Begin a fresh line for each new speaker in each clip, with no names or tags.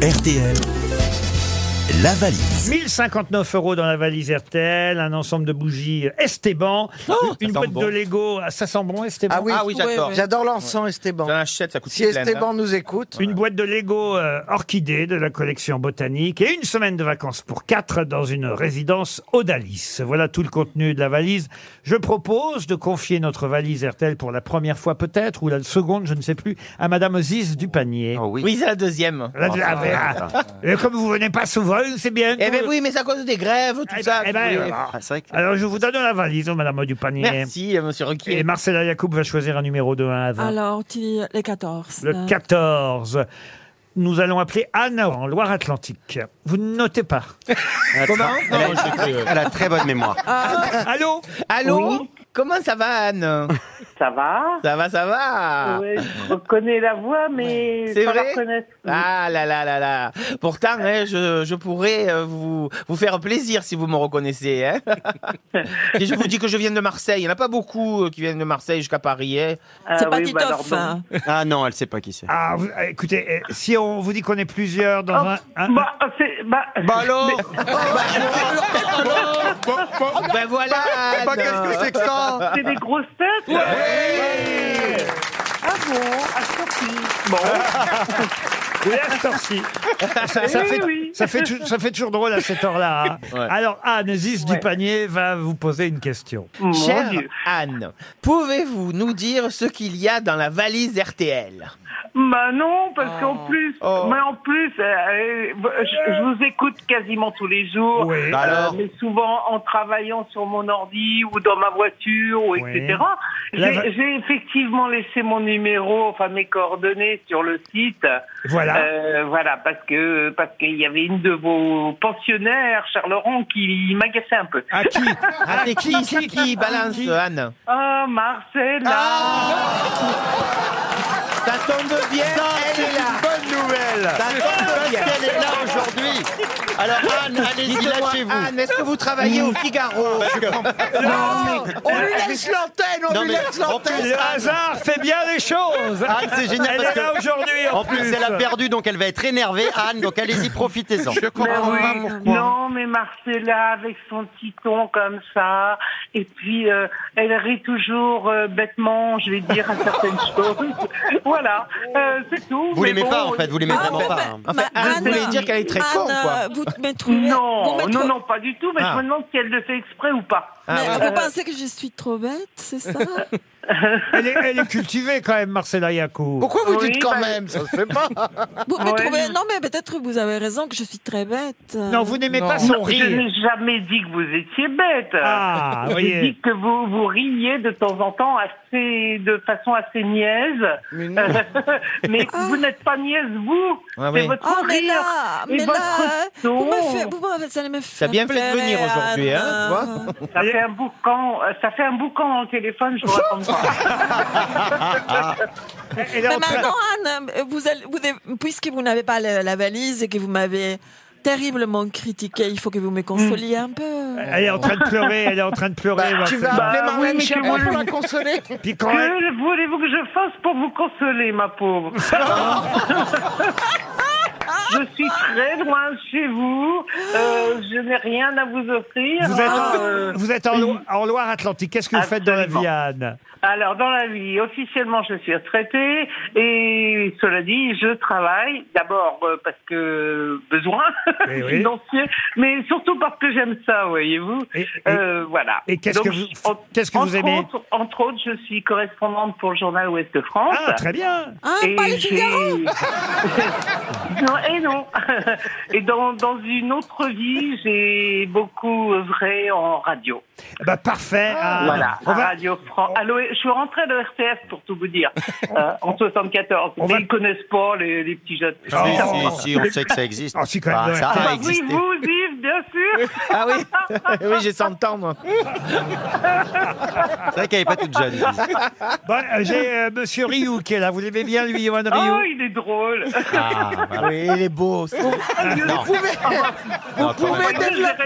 RTL, la valise.
1059 euros dans la valise RTL, un ensemble de bougies Esteban, une
Oh, ça sent
boîte
bon.
de Lego, ça sent bon Esteban
Ah oui,
Ah oui, j'adore.
j'adore l'encens Esteban.
J'en achète, ça coûte
Si
une blinde,
hein.
Esteban nous écoute,
Une boîte de Lego euh, orchidée de la collection botanique et une semaine de vacances pour quatre dans une résidence Odalis. Voilà tout le contenu de la valise. Je propose de confier notre valise RTL pour la première fois peut-être, ou la seconde, je ne sais plus, à Madame Ziz du panier.
hein. Oui, c'est la deuxième.
comme vous venez pas souvent, c'est bien.
Eh ben oui, mais c'est à cause des grèves, tout
Eh
ça.
ben, eh
vous
ben,
voulez.
voilà. Alors je vous donne la valise, Madame du panier.
Merci, euh, monsieur Ruquier.
Et Marcella Yacoub va choisir un numéro de 1 à 20.
Alors, euh, tu dis les 14.
Ah. Le 14. Nous allons appeler Anne en Loire-Atlantique. Vous ne notez pas.
Comment
Elle a très bonne mémoire.
Ah,
Allô
Allô Comment ça va, Anne
Ça va
Ça va, ça va
Ouais, Je reconnais la voix, mais
Ah. C'est
pas
vrai
la reconnaître.
Ah là là là là. Pourtant, hein, je, je pourrais euh, vous, vous faire plaisir si vous me reconnaissez. hein. Et je vous dis que je viens de Marseille. Il n'y en a pas beaucoup euh, qui viennent de Marseille jusqu'à Paris. hein.
Ah
C'est pas
oui, bah alors
Titoff.
non.
hein.
Ah non, elle sait pas qui c'est.
Ah, vous- eh, écoutez, eh, si on vous dit qu'on est plusieurs dans un, un-
Bah, c'est- bah,
Bah alors Ben voilà Anne.
que ça
c'est des grosses têtes Ah bon Ah, surprise. Bon,
Oui, à cette heure-ci. ça, ça
Oui,
fait,
oui.
ça, fait tou- ça fait toujours drôle à cette heure-là. hein.
Ouais.
Alors, Anne Ziz
Ouais.
du panier va vous poser une question.
mon
Chère
Dieu.
Anne, pouvez-vous nous dire ce qu'il y a dans la valise RTL
Bah non, parce qu'en plus,
Oh.
mais en plus, euh, euh, je, je vous écoute quasiment tous les jours. Euh,
Oui.
Bah alors
mais souvent en travaillant sur mon ordi ou dans ma voiture ou
Oui.
etc.
La va-
J'ai j'ai effectivement laissé mon numéro, enfin mes coordonnées sur le site.
Voilà.
Euh, voilà, parce que parce qu'il y avait une de vos pensionnaires, Charles Laurent, qui m'agaçait un peu.
À qui
Ah, c'est qui, c'est qui Balance,
Qui
Anne.
Ah, Marcella
Ah.
Ça tombe bien, elle est là.
Bonne nouvelle
Ça tombe bien.
Elle est là aujourd'hui Alors Anne, allez-y,
Dites-moi,
lâchez-vous
Anne, est-ce que vous travaillez au Figaro
on lui laisse l'antenne, on
Non,
lui
mais-
laisse
en plus,
l'antenne.
Le hasard fait bien les choses.
Anne, c'est génial
Elle
Ah, parce
est là
que-
aujourd'hui. En,
En plus, elle a perdu, donc elle va être énervée, Anne, donc allez-y, profitez-en.
Mais Ben oui, non, mais Marcella, avec son petit ton comme ça, et puis euh, elle rit toujours euh, bêtement, je vais dire, à certaines choses. Voilà, euh, c'est tout.
Vous
Mais
l'aimez
bon,
pas, en fait, vous l'aimez
Ah,
vraiment
mais-
pas. hein.
Enfin,
Ma-
Anne,
Anne,
vous voulez dire qu'elle est très con,
Anne,
quoi.
euh, vous me trouvez- vous
Non,
me
non,
trouvez-
non, pas du tout, mais
Ah.
je me demande si elle le fait exprès ou pas.
Ah,
Mais
ouais.
vous pensez que je suis trop bête, c'est ça
elle, est, elle est cultivée quand même, Marcella Yacoub.
Pourquoi vous
Oui,
dites quand
bah-
même Ça se fait pas.
Vous me
Ouais.
trouvez Non, mais peut-être vous avez raison que je suis très bête.
Non, vous n'aimez
Non.
pas son
Je
rire.
n'ai jamais dit que vous étiez bête.
Ah, vous
J'ai
voyez.
dit que vous, vous riez de temps en temps assez, de façon assez niaise.
Mais non.
mais vous n'êtes pas niaise, vous.
Ah
c'est
oui.
votre
Oh, mais
rire.
là,
Et
mais
votre
là, euh,
ton.
vous me faites, vous me faites, allez me faire
bien fait de
pleurer,
venir aujourd'hui, hein,
Anne.
Ça fait un boucan, euh, ça fait un boucan dans le téléphone, je vous raconte pas.
Elle est
Mais
en train-
maintenant, Anne, vous allez- vous devez- puisque vous n'avez pas le- la valise et que vous m'avez terriblement critiqué, il faut que vous me consoliez un peu.
Elle est en train de pleurer, elle est en train de pleurer.
Tu vas
Marcella.
appeler
Bah oui,
Marie
mais
Michel
que vous
pour
le-
la consoler.
Puis quand elle-
Que voulez-vous que je fasse pour vous consoler, ma pauvre Je suis très loin de chez vous. euh, je n'ai rien à vous offrir.
vous êtes,
Euh,
en, vous êtes en Lo- en Loire-Atlantique, qu'est-ce que vous faites dans la vie, Anne
Alors, dans la vie, officiellement, je suis retraitée et cela dit, je travaille d'abord euh, parce que besoin
Eh oui.
financier, mais surtout parce que j'aime ça, voyez-vous.
Et- et-
Euh, voilà.
et qu'est-ce
Donc,
que vous-
en-
qu'est-ce que vous
entre
aimez
autres, Entre autres, je suis correspondante pour le journal Ouest de France.
Ah, très bien
Ah,
Et
pas le
j'ai-
Figaro
non, et non. Et dans, dans une autre vie, j'ai beaucoup œuvré en radio.
bah, Parfait, Anne.
Ah. Voilà,
On
à
va-
Radio France. Allô, je suis rentrée à l'RTF pour tout vous dire, euh, en 74.
On
mais
va-
ils connaissent pas les, les petits jeunes.
Ah, Si,
Oh.
si, si, on sait que ça existe.
Ah, si, quand même,
Bah,
ouais.
ça
Ah,
a
Ah oui,
existé.
vous, Yves, bien sûr.
Ah oui Oui, j'ai 100 ans, moi.
C'est vrai qu'elle n'est pas toute jeune.
Bon, euh, J'ai euh, Monsieur Rioux qui est là, vous l'aimez bien, lui, Yoann
Oh,
Rioux
il est drôle.
Ah, voilà.
Oui, il est beau.
Vous pouvez,
Non, quand
vous
même.
pouvez développer.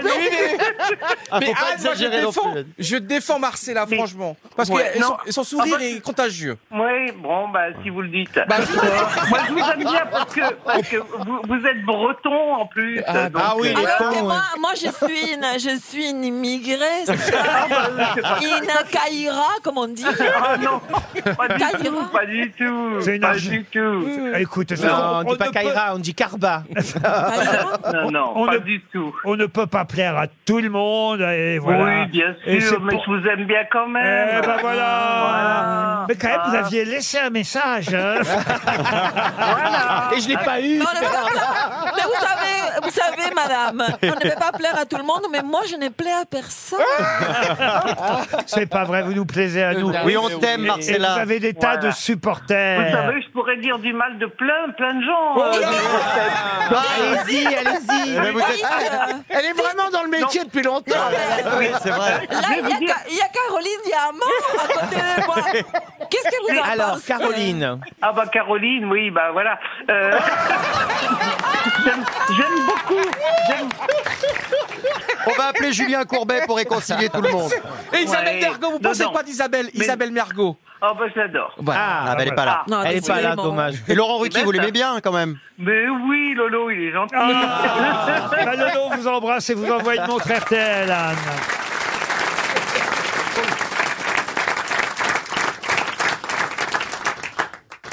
Ah, faut
Mais Anne, moi,
pas
je
exagérer non
défends,
plus.
je défends Marcella,
Mais-
franchement. Parce
Ouais,
que
non.
son, son sourire est contagieux.
Oui, bon, bah, si vous le dites. Euh, moi, je vous aime bien parce que, parce que vous, vous êtes breton en plus.
Ah,
donc,
bah,
ah oui,
euh,
les
voilà.
Alors
cons,
que
ouais.
moi, moi, je suis une, je suis une immigrée, c'est
Ah,
ça
bah, oui, c'est pas-
Une caïra, comme on dit.
Ah non, pas du tout, pas du tout.
C'est une
Pas
argent.
du
Mm.
tout.
Ah,
Écoute, je-
Non, on ne dit
ne
pas
peut-
Kaira, on dit Karba.
Caïra
Non, non,
on
pas
ne-
du tout.
on ne peut pas plaire à tout le monde. Et voilà.
Oui, bien
Et c'est
sûr, mais
pour-
je vous aime bien quand même.
Eh ben voilà.
Voilà.
Mais quand même, vous
Ah.
aviez laissé un message. hein.
Ah.
Voilà.
Et je l'ai pas eu.
Non, non, non. Mais vous savez, vous savez, madame, on ne peut pas plaire à tout le monde, mais moi, je ne plais à personne.
C'est pas vrai, vous nous plaisez à nous.
Oui, on t'aime,
Et vous
Marcella.
avez des tas
Voilà.
de supporters.
Vous savez, je pourrais dire du mal de plein, plein de gens. euh, de Bruxelles.
Ah, Allez-y, allez-y.
Mais vous êtes-
Oui, euh,
Elle est vraiment dans le métier depuis longtemps.
Oui, c'est vrai.
Là, il y a Ca- il y, a Caroline Diamant à côté de moi. Qu'est-ce que vous en
Alors,
pensez
Caroline.
Ah bah Caroline, oui, bah voilà. Euh, j'aime j'aime beaucoup. j'aime-
On va appeler Julien Courbet pour réconcilier tout le monde.
Et Isabelle
Ouais.
Mergo, vous
Non,
pensez
non.
quoi d'Isabelle
Mais-
Isabelle Mergo.
Ah bah je l'adore.
Ah,
ben,
mais elle est pas là.
Ah,
Non,
Elle est pas là,
décidément.
dommage.
Et Laurent
Eh
Ruquier,
ben,
vous l'aimez
ça-
bien quand même.
Mais oui, Lolo, il est gentil.
Ah Bah, Lolo vous embrasse et vous envoie une montre RTL, Anne.